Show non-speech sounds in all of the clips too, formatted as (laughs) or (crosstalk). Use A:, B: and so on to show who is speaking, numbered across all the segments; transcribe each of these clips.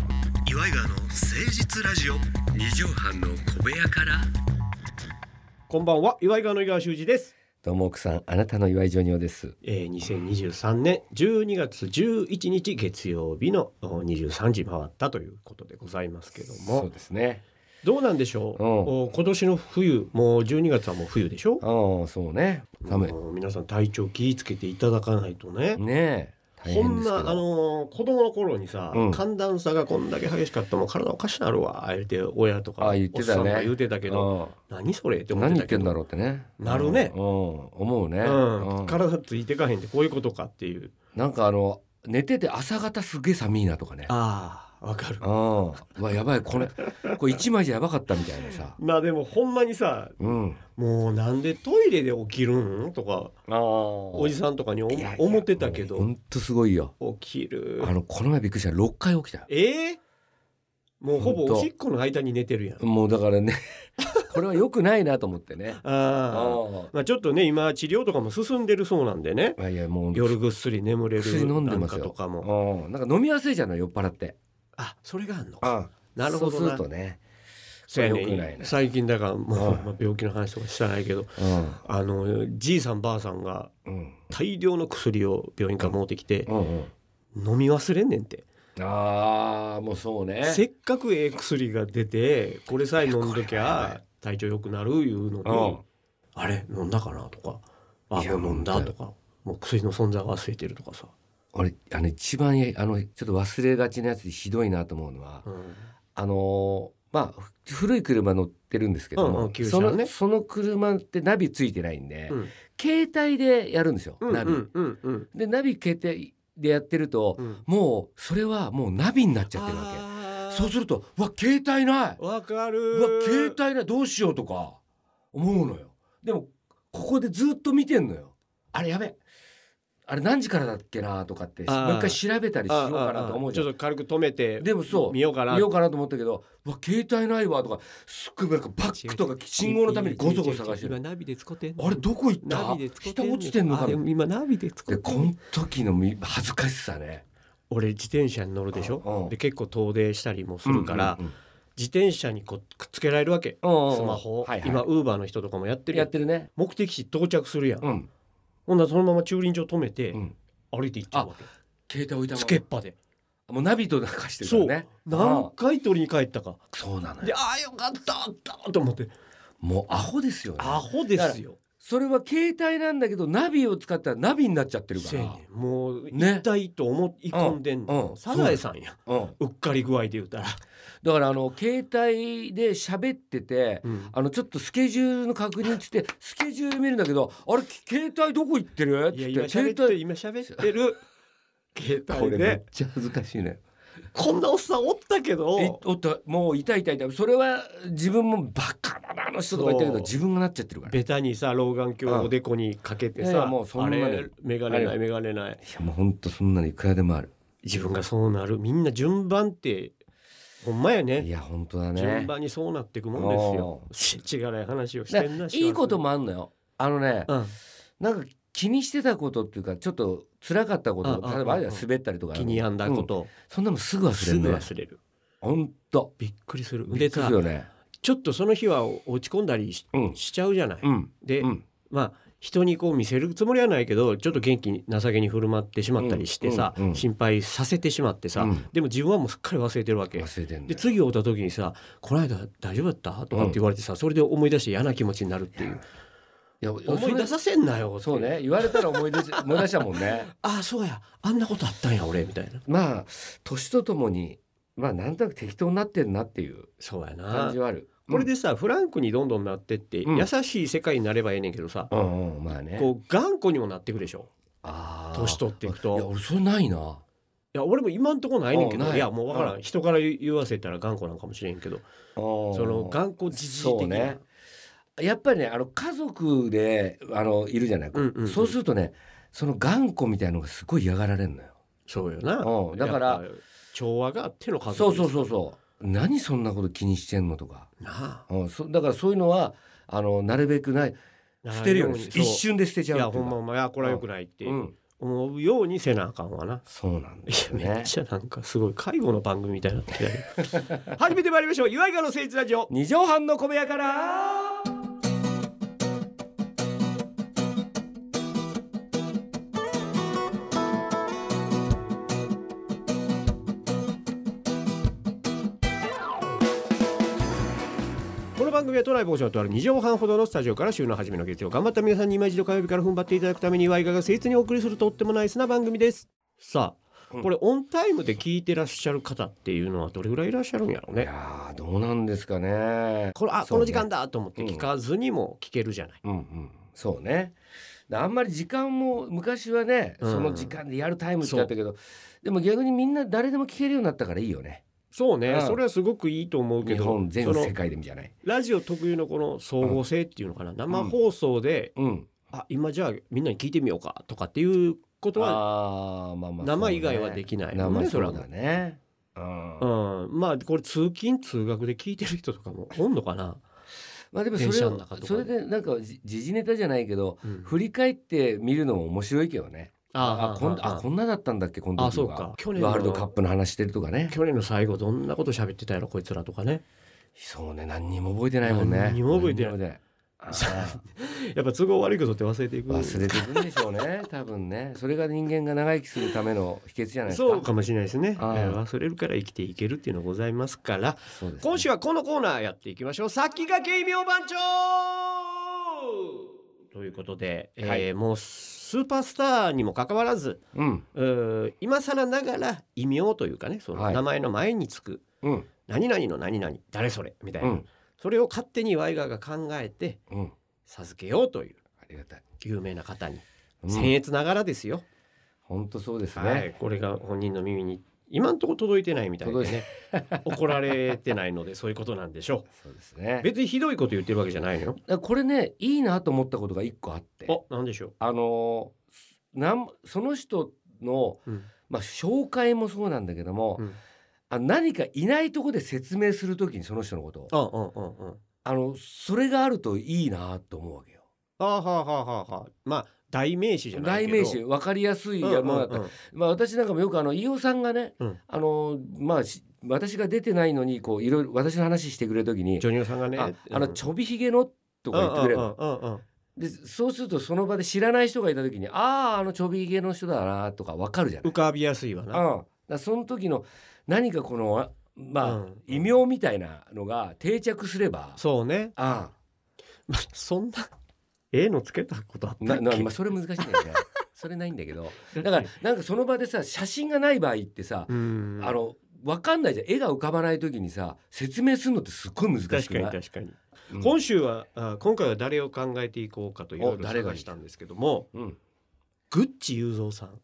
A: イガーの誠実ラジオ
B: 二畳半の小部屋から
A: こんばんは岩井川の井川修司です、
B: どうも奥さんあなたの岩井ジョニオです
A: えー、2023年12月11日月曜日のお23時回ったということでございますけど
B: そ
A: も
B: うですね
A: どうなんでしょう、
B: うん
A: お今年の冬もう12月はもう冬でしょ
B: ああそうね寒い
A: もう皆さん体調気ぃつけていただかないとね
B: ねえ大
A: こ
B: 変
A: ん
B: ですけ
A: な
B: ど
A: あのー子供の頃にさ、
B: うん
A: 寒暖差がこんだけ激しかったらもう体おかしなるわ言って親とか
B: あ言ってたね
A: おっさんが言ってたけど何それって
B: うん
A: 思っ
B: 何
A: てた
B: 言っ
A: け
B: て
A: ど
B: んだろうってね
A: なるね
B: うんうん思うね
A: うん
B: うん
A: 体ついてかへんってこういうことかっていう
B: なんかあの寝てて朝方すげえ寒いなとかね
A: ああわかる
B: ああうわやばいこれこれ一枚じゃやばかったみたいなさ
A: まあでもほんまにさ
B: うん
A: もうなんでトイレで起きるんとか
B: ああお
A: おじさんとかにお
B: いやいや
A: 思ってたけ
B: もうほ
A: ど
B: んとすごいよ
A: 起きる
B: あのこの前びっくりした6回起きたよ
A: ええもうほぼ
B: ほんと
A: おしっこの間に寝てるやん
B: もうだから (laughs) ねこれは良くないなと思ってね
A: ああ
B: あ
A: まあちょっとね今治療とかも進んでるそうなんでね
B: あいやいやもう
A: 夜ぐっすり眠れ
B: 薬
A: る
B: 飲んで
A: なん
B: ます
A: か
B: よ
A: とかも
B: うんなんか飲み忘れちゃうの酔っ払って
A: あそれがあんのか
B: あ
A: なるほど
B: そうす
A: な
B: るとね
A: そうやね
B: 良くないね
A: 最近だからもう
B: うん
A: まあ病気の話とかしてないけどあのじいさんばあさんが
B: うん
A: 大量の薬を病院から持ってきて
B: うんうん
A: 飲み忘れんねんって
B: ああもうそうね
A: せっかくええ薬が出てこれさえ飲んどきゃ体調良くなるいうの
B: うん
A: にあれ飲んだかなとかあ
B: いや
A: もう飲んだとかもう薬の存在忘れてるとかさ、
B: 俺あの一番あのちょっと忘れがちなやつでひどいなと思うのは
A: うん
B: あのーまあふ古い車乗ってるんですけど
A: うん
B: も
A: うん旧車
B: そ
A: ね
B: のその車ってナビついてないんで
A: うん
B: 携帯でやるんですよ
A: うん
B: ナビ
A: うんうん
B: でナビ携帯でやってると
A: うん
B: もうそれはもうナビになっちゃってるわ
A: あ
B: け
A: ー
B: そうするとうわ携帯ない
A: わかる
B: うわ携帯などうしようとか思うのよでもここでずっと見てんのよあれやべあれ何時からだっけなとかって
A: あー
B: もう一回調べたりしようかなと思うじゃ
A: ああ
B: ん
A: あちょっと軽く止めて
B: でもそう
A: 見ようかな
B: 見ようかなと思ったけどうわ携帯ないわとかすっごいなんかバックとか信号のためにゴソゴソ探してる
A: 今ナビで使ってんの
B: あれどこ行った
A: ナビで使って
B: 下落ちてんのか
A: あで
B: な
A: も今ナビで使
B: で
A: って
B: この時のみ恥ずかしさね
A: 俺自転車に乗るでし
B: うんう
A: ょ
B: ん
A: で結構遠出したりもするから
B: うんうんうん
A: 自転車にこうくっつけられるわけ
B: うんうんうん
A: スマホを
B: はいはい
A: 今ウーバーの人とかもやってる
B: や
A: や
B: っ
A: ん
B: てるね
A: 目的地到着するやん
B: うん
A: ほんならそのまま駐輪場止めて
B: うん
A: 歩いて行っちゃうわけ
B: 携帯置いたまま
A: つけっぱで
B: もうナビと流して
A: そ
B: る
A: う
B: からね
A: 何回取りに帰ったか
B: そうなの
A: で
B: よ
A: ああよかったあったと思って
B: もうアホですよね
A: アホですよ
B: それは携帯なんだけどナビを使ったらナビになっちゃってるか
A: せ
B: ら、
A: やねんもう
B: ね
A: 一体と思い込んでん
B: うんう
A: の
B: ん
A: サザエさんや
B: うん、
A: うっかり具合で言うたら
B: だからあの携帯で喋っててあのちょっとスケジュールの確認っつってスケジュール見るんだけどあれ携帯どこ行ってるっ
A: いや今喋
B: つって携
A: って
B: 帯
A: 今喋って
B: (laughs)
A: る携
B: こ
A: 帯
B: れめ
A: で
B: っちゃ恥ずかしいね
A: こんなおっさんおったけ
B: え
A: ど
B: おっともう痛い痛い痛いそれは自分もバカだなあの人とか言ったけ
A: そ
B: ど
A: う
B: 自分がなっちゃってるからい
A: ベタにさ老眼鏡をおでこにかけて
B: いやい
A: さ
B: やもうそん
A: あ
B: なの
A: れ眼鏡な
B: あ
A: い
B: れ
A: 眼鏡ない
B: やもうほんとそんなのいくらでもある
A: 自分がそうなるみんな順番ってほんまや
B: い
A: ね
B: やほんとだね
A: 順番にそうなっていくもんですよしちがらい話をし
B: だ
A: て
B: か
A: ん
B: ら
A: ない
B: いこともあんのよあのね
A: うん
B: なんか気にしてたことっていうかちょっと辛かったこ
A: うんうん
B: と
A: うん
B: 例えばあるいは滑ったりとか
A: 気に病んだ
B: う
A: ことを
B: そんなもんすぐ忘
A: す
B: れ
A: ぐ
B: るね
A: 忘れる
B: ほんと
A: びっくりする
B: び
A: で
B: っくり
A: さ
B: するよね
A: ちょっとその日は落ち込んだりし
B: うん
A: しちゃうじゃない
B: うん
A: で
B: うん
A: まあ人にこう見せるつもりはないけどちょっと元気に情けに振る舞ってしまったりしてさ、
B: うんうんうん
A: 心配させてしまってさ、
B: うん
A: でも自分はもうすっかり忘れてるわけ。
B: 忘れてん
A: で
B: ね
A: 次会った時にさ「この間大丈夫だった?」とかって言われてさ、それで思い出して嫌な気持ちになるっていう
B: いや
A: 思い出させんなよっ
B: それそう
A: ていう
B: ね言われたら思い出し思い出したも
A: (laughs)
B: んね
A: ああそうやあんなことあったんや俺みたいな
B: まあ年とともにまあなんとなく適当になってんなっていう
A: そうや
B: 感
A: な
B: じはある
A: これでさフランクにどんどんなってって、
B: うん
A: 優しい世界になればええねんけどさ、
B: うんうんうんまあね
A: こう頑固にもなってくでしょ
B: あー
A: 年取っていく
B: いや
A: と
B: 俺それないない
A: や俺も今んとこないねんけ
B: うん
A: ど
B: ない
A: いやもうわから
B: うん
A: 人から言わせたら頑固なんかもしれんけど
B: そ
A: その頑固じじい
B: そう
A: 的な、
B: ねやっぱりねあの家族であのいるじゃない、
A: うんうんうん
B: そうするとねその頑固みたいのがすごい嫌がられるの
A: そうよな、
B: よ、うん、だか
A: やっ
B: ら
A: ぱ調和があっての家族
B: そうそう
A: う
B: そうそう何そんなこと気にしてんのとか、
A: な
B: うん、そだからそういうのはあのなるべくない
A: あ
B: 捨てるように
A: そう
B: 一瞬で捨てち
A: い
B: ゃう
A: や
B: って
A: ほ
B: いうんか
A: まお前あこれはよくないっていう
B: うん
A: 思うようにせなあかんわな。
B: そうなんで
A: い
B: すよ
A: やめ
B: ね
A: っちゃなんかすごい介護の番組みたいになってきたよ (laughs) 始めてまいりましょう岩井川の誠実ラジオ
B: 二畳半の小部屋から
A: この番組は都内某所のとある2畳半ほどのスタジオから週の初めの月曜頑張った皆さんに今一度火曜日から踏ん張っていただくために岩井川が誠実にお送りするとってもナイスな番組ですさ
B: う
A: あ
B: ん
A: これオンタイムで聞いてらっしゃる方っていうのはどれぐらいいらっしゃるんやろう
B: い
A: ね
B: やーどうなんですかね
A: これあ、
B: そ
A: こ
B: うね
A: の時間だと思って聞かずにも聞けるじゃない、
B: うんうんそうねだあんまり時間も昔はね、
A: うん
B: その時間でやるタイムってあったけどでも逆にみんな誰でも聞けるようになったからいいよね
A: そうね、
B: うん
A: それはすごくいいと思うけ
B: 日
A: ど
B: 本全
A: その
B: 世界でもじゃない
A: ラジオ特有のこの総合性っていうのかな、生放送で、
B: うん
A: あ今じゃあみんなに聞いてみようかとかっていうことは
B: あーまあまあ
A: 生以外はで
B: き
A: きないもんね
B: 生
A: そ
B: そ
A: れは
B: うだねうん
A: うん、まあこれ通勤通学で聞いてる人とかもおんのかな、
B: まあでもそ
A: 電
B: れ
A: 車の
B: を
A: 中とかで
B: それでなんかじ時事ネタじゃないけど
A: うん
B: 振り返って見るのも面白いけどねあこんあこんなだったんだっけ今度
A: あそうか去年の
B: ワールドカップの話してるとかね
A: 去年の最後どんなこと喋ってたやろこいつらとかね
B: そうね何にも覚えてないもんね
A: 何にも覚えてない
B: 何にもあー
A: やっぱ都合悪いことって忘れていく
B: 忘れていくんでしょ
A: (laughs)
B: うね多分ねそれが人間が長生きするための秘訣じゃないですか
A: そうかもしれないですね、え
B: ああ
A: ー忘れるから生きていけるっていうのございますから
B: そうですね
A: 今週はこのコーナーやっていきましょう先駆け異名番長ということで、えー
B: はい
A: もうスーパースターにもかかわらず
B: うん
A: うー今更ながら異名というかねその
B: はい
A: 名前の前につく
B: うん
A: 何々の何々誰それみたいうな、
B: ん
A: それを勝手にワイガーが考えて
B: うん
A: 授けようという
B: ありがたい
A: 有名な方に、
B: うん
A: 僭越ながらですよ、
B: 本当そうです
A: はい
B: ね
A: これが本人の耳に今んとこ届いてないみたいで
B: (laughs)
A: ね怒られてないのでそういうことなんでしょ
B: そうです
A: う
B: ねだか
A: 別にひどいこと言ってるわけじゃないのよ
B: らこれねいいなと思ったことが一個あって
A: あなんでしょ
B: あのーなんその人の
A: う、うん
B: まあ紹介もそうなんだけども
A: うん、
B: あ何かいないとこで説明するときにその人のことを
A: あうんうんうん
B: あのそれがあるといいなと思うわけよ
A: あはあはあはあはあまあ代名詞じゃない
B: 代
A: けど
B: 名詞分かりやすい
A: うん
B: も
A: うんうん
B: のだったらまあ、私なんかもよくあの飯尾さんがね、
A: うん
B: あのまあし私が出てないのにこういろいろ私の話してくれる時に「
A: ジョニオさんがね
B: ああの
A: うん
B: ちょびひげの」とか言ってくれるの
A: うんうんうんうん
B: でそうするとその場で知らない人がいた時に「あああのちょびひげの人だな」とかわかるじゃない。
A: 浮かびやすいわ
B: うん、だ
A: な
B: からその時の何かこのあまあ、
A: うん
B: 異名みたいなのが定着すれば
A: そうね
B: あ
A: まあそんな (laughs) ええのつけたことあっ
B: あ
A: たっ
B: な
A: け
B: な、まあ、それ難しいんだよね (laughs) それないんだけどだからなんかその場でさ写真がない場合ってさ、
A: うん
B: あの分かんないじゃん絵が浮かばない時にさ説明するのってすっごい難しくない
A: 確かに確かに、
B: うん
A: 今週はあ今回は誰を考えていこうかといろい
B: お
A: ろ
B: 誰が
A: 探
B: いい
A: したんですけども
B: うん
A: グッチ雄三さん、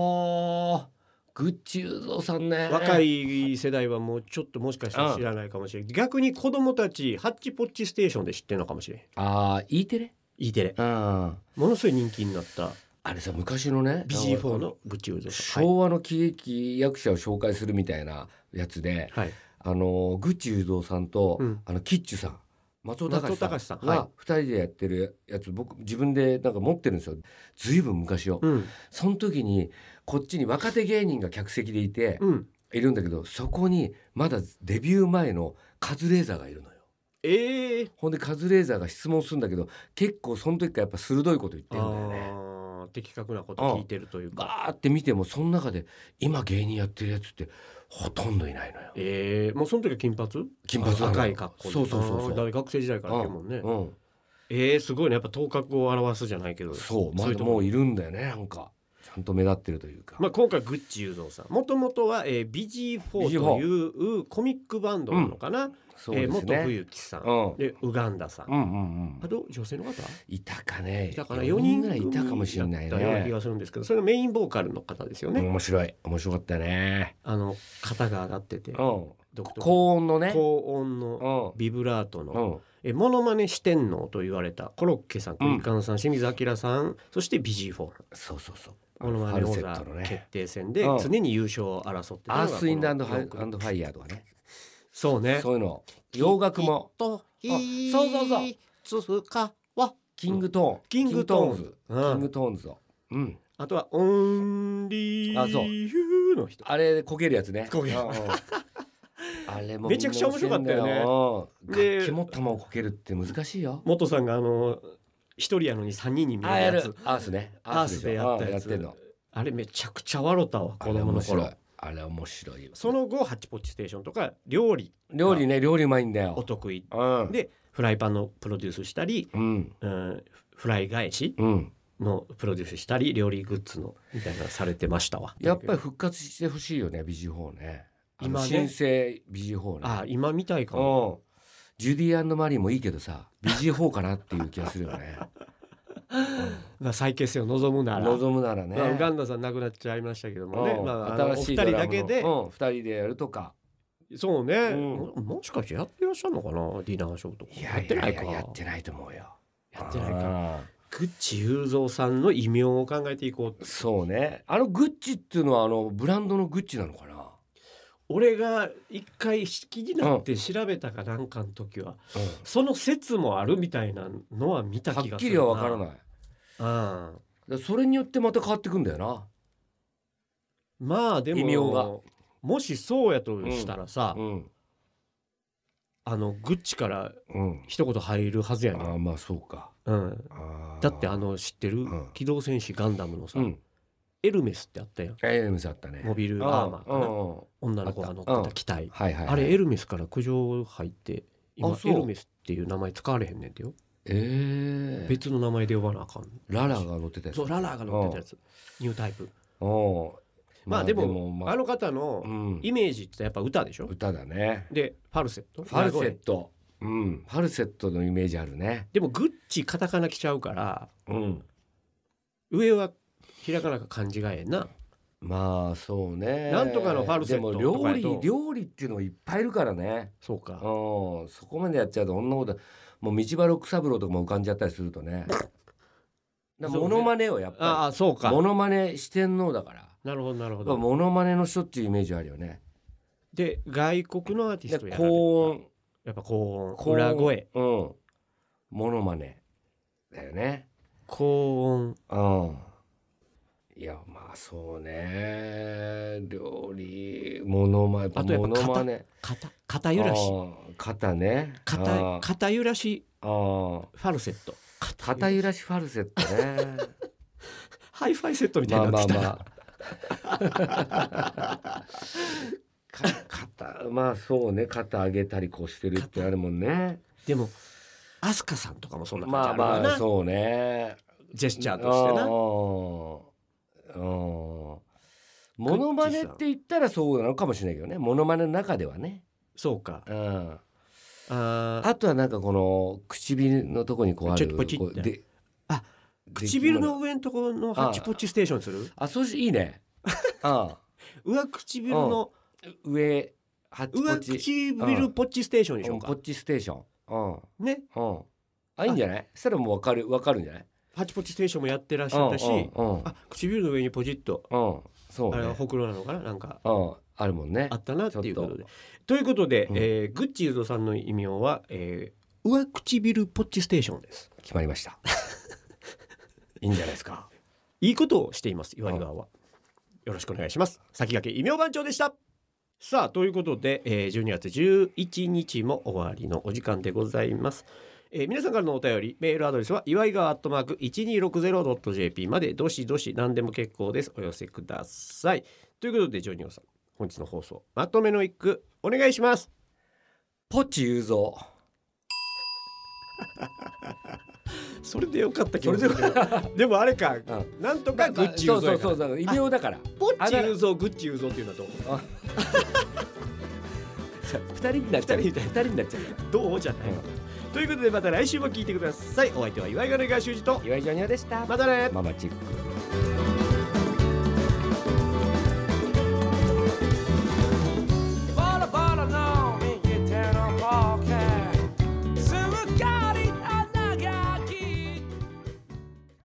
B: あーグッチ雄三さんね
A: 若い世代はもうちょっともしかしたら知らないかもしれない、逆に子供たちハッチポッチステーションで知ってるのかもしれん
B: あー E テレ
A: E テレ
B: うん
A: ものすごい人気になった
B: あれさ昔のね
A: BG4 のグッチ雄三さんはい
B: 昭和の喜劇役者を紹介するみたいなやつで、
A: はい、
B: あのグッチ雄三さんと、
A: うん
B: あのキッチュさん松尾隆さん
A: 松尾隆さんはい
B: が2人でやってるやつ僕自分でなんか持ってるんですよずいぶん昔を、
A: うん
B: その時にこっちに若手芸人が客席でいて、
A: うん、
B: いるんだけどそこにまだデビュー前のカズレーザーがいるのよ
A: ええー
B: ほんでカズレーザーが質問するんだけど結構その時からやっぱ鋭いこと言ってるんだよね
A: あー的確なこと聞いてるというか
B: バーって見てもその中で今芸人やってるやつってほとんどいないのよ
A: ええもうその時は金髪
B: 金髪なの
A: 赤い格好で
B: そうそうそうそう
A: あー大学生時代からだもんね、
B: う
A: ええすごいねやっぱ頭角を表すじゃないけど
B: んそうま
A: そうい
B: だ
A: うとこ
B: もういるんだよねなんかちゃんと目立ってるというか
A: まあ、今回グッチ雄三さんもともとは、えー、ビジー4
B: BG4
A: というコミックバンドなのかな、
B: そう
A: え
B: で
A: ー
B: す
A: 元
B: ね
A: 冬木さん、
B: うん
A: でウガンダさん、
B: うんうんう
A: あ
B: ん
A: と女性の方
B: いたかね
A: いたかな
B: 4
A: 4人
B: 人ぐらいいたかもしれない
A: だったような気
B: ね
A: がするんですけどそれがメインボーカルの方ですよね、
B: 面白い面白かったね
A: あの肩が上がってて
B: うん
A: 独特
B: 高音のね
A: 高音の
B: う
A: ビブラート
B: んう
A: の
B: ん
A: えモノマネ四天王と言われたコロッケさんク
B: うん
A: リカンさん清水明さんそしてビジー4
B: そうそうそう。
A: モノマネ王座
B: ファルセットのね
A: 決定戦で
B: うん
A: 常に優勝を争ってたの
B: ア
A: が
B: ースウィンドアンドファイ
A: こ
B: ア
A: の
B: ンドファイヤーとかね。
A: そうね
B: そういうの。洋楽も。
A: と
B: いいそうそうそう
A: つかは
B: キングトーン。
A: キングトーン
B: キングトーンズ。
A: うん
B: キングトーンズを。うん。
A: あとはオンリー
B: (laughs) あそう
A: ユーの人
B: あれこけるやつね
A: こける
B: うんうん
A: (laughs)
B: あれも
A: めちゃくちゃ面白かったよね
B: ね
A: で
B: 楽器も玉をこけるって難しいよ
A: 元さんがあの一人やのに三人に見
B: あ
A: え
B: や
A: るや
B: る
A: つ
B: アースね
A: アースでやった
B: うん
A: や
B: や
A: つ
B: ってんの
A: あれめちゃくちゃ笑ったわ子供の頃
B: あれ面白いあれ面白い
A: その後ハッチポッチステーションとか料理
B: 料理ね料理うまいんだ
A: お
B: よ
A: 得意
B: うん
A: でフライパンのプロデュースしたり、
B: うん
A: うん、フライ返し
B: うん
A: のプロデュースしたり料理グッズのみたいなのされてましたわ
B: やっぱり復活してほしいよねビジホーねあの
A: 今ね
B: 新生ビジホーね
A: あ今みたいかも
B: うんジュディアンドマリーもいいけどさビジホーかなっていう気がするよ
A: (laughs)
B: ね
A: まあ再結成を望むなら
B: 望むならね
A: まあ、ウガンダさん亡くなっちゃいましたけどもね、
B: うん
A: まあ、あのお二人
B: ドラ
A: だ
B: ムの
A: けで、
B: うん、二人でやるとか
A: そうね、
B: う
A: もしかしてやってらっしゃるのかなディナーショーとかやってないか
B: やってないと思うよ
A: やってないか
B: か
A: グッチ雄三さんの異名を考えていこう
B: そうねあのグッチっていうのはあのブランドのグッチなのかな、
A: 俺が一回気になって調べたかなんかの時は、その説もあるみたいなのは見た
B: は
A: 気
B: っ
A: がす
B: き
A: る
B: り
A: な
B: は分からないだか
A: うん
B: らそれによってまた変わってくんだよな
A: まあでも
B: 異名が
A: もしそうやとしたらさ、
B: うん
A: あのグッチから
B: うん
A: 一言入るはずやねん、
B: ああまあそうか
A: うん、
B: あー
A: だってあの知ってる、
B: ん
A: 機動戦士ガンダムのさ、
B: うん
A: エルメスってあったやん
B: エルメスあったね
A: モビルアーマーかな
B: うんうんうん
A: 女の子が乗
B: あっ
A: って
B: たう
A: た
B: ん
A: 機体
B: はいはい、はい、
A: あれエルメスから苦情入って今
B: あそう
A: エルメスっていう名前使われへんねんてよ
B: ええ
A: 別の名前で呼ばなあかん
B: ララが乗ってたやつ
A: そうララーが乗ってたやつニュータイプ
B: お
A: まあでも,、
B: ま
A: あ、
B: あ、
A: の方の
B: うん、
A: イメージってやっぱ歌でしょ
B: 歌だね
A: でファルセット
B: ファルセ
A: ラゴ
B: ットうんファルセットのイメージあるね
A: でもグッチカタカナ来ちゃうから
B: うん
A: 上はひらがなか漢字がええな
B: まあそうね
A: なんとかのファルセット
B: でも料
A: とかや
B: 理
A: と
B: 料理っていうのがいっぱいいるからね
A: そう
B: うん
A: か
B: そこまでやっちゃうと女のこともう道場六三郎とかも浮かんじゃったりするとねだから
A: そうね
B: モノマネをやっ
A: あ
B: ぱ
A: あそう
B: り
A: か
B: モノマネ四天王だからや
A: なるほどなるほ
B: っぱ
A: ど
B: モノマネの人っていうイメージあるよね
A: で外国のアーティ
B: で
A: ストやられた
B: 高音
A: やっぱ高音
B: 高音
A: 裏声
B: うんモノマネだよね
A: 高音
B: うん。いやまあそうね料理モノマネ
A: あとやっぱ
B: モノマネ
A: 肩肩揺らし
B: うん肩ね
A: 肩肩揺らし
B: あーあー
A: ファルセット
B: 肩揺らしファルセット
A: (laughs)
B: ね
A: ハイファイセットみたい
B: まあ
A: になっ
B: まあ
A: てきたな
B: まあ (laughs) か肩まあそうね肩上げたりこうしてるってあるもんね
A: でもアスカさんとかもそんな感じ
B: ま
A: あ
B: あ
A: るわな、
B: まあそうね
A: ジェスチャーとしてな
B: うんうんうんモノマネって言ったらそうなのかもしれないけどねモノマネの中ではね、
A: そうか
B: うん、
A: あー
B: あとはなんかこの唇のとこにこうあ
A: ち
B: る
A: ょっとポチッ
B: こうで
A: あ
B: で
A: 唇の上のところのハッチポッチステーションする
B: あそうしいいねあ
A: 上唇の
B: 上ハッチ
A: 上唇ポ
B: ポチ
A: ッチステーションにしよう
B: ポ
A: か
B: ッチステーションう
A: ね
B: んうんあいいんじゃないそしたらもうわかるわかるんじゃない
A: ハッチポッチステーションもやってらっしゃったし
B: うんうんうん
A: あ唇の上にポチッと
B: うんそう
A: あれは
B: ね
A: ほくろなのかななんか
B: うんあるもんね
A: あったなっていうこと
B: ち
A: で
B: ょっ。
A: ということで、
B: うん
A: えーグッチゆずおさんの異名は、えー上唇ポッチステーションです。
B: 決まりました (laughs) いいんじゃないですか
A: いいことをしています岩井川は、よろしくお願いします先駆け異名番長でしたさあということで、えー、12月11日も終わりのお時間でございます、えー皆さんからのお便りメールアドレスは岩井川アットマーク 1260.jp までどしどし何でも結構ですお寄せくださいということでジョニオさん本日の放送まとめの一句お願いします
B: ポチ雄三
A: それでよかった気
B: 気が
A: も
B: す
A: す
B: る
A: るけどでもあれか
B: う
A: なんとかグッチ
B: そ
A: 言
B: う
A: う
B: そう
A: ぞ
B: そうそう異名だから
A: ポッチ言うぞグッチ言うぞっていうのはどう
B: (laughs) 二人になっちゃう
A: 二
B: 二
A: 人
B: 人になっちゃう
A: どうじゃないの、ということでまた来週も聞いてくださいお相手は岩井がねが修二と
B: 岩井ジョニオでした
A: またね
B: ママチック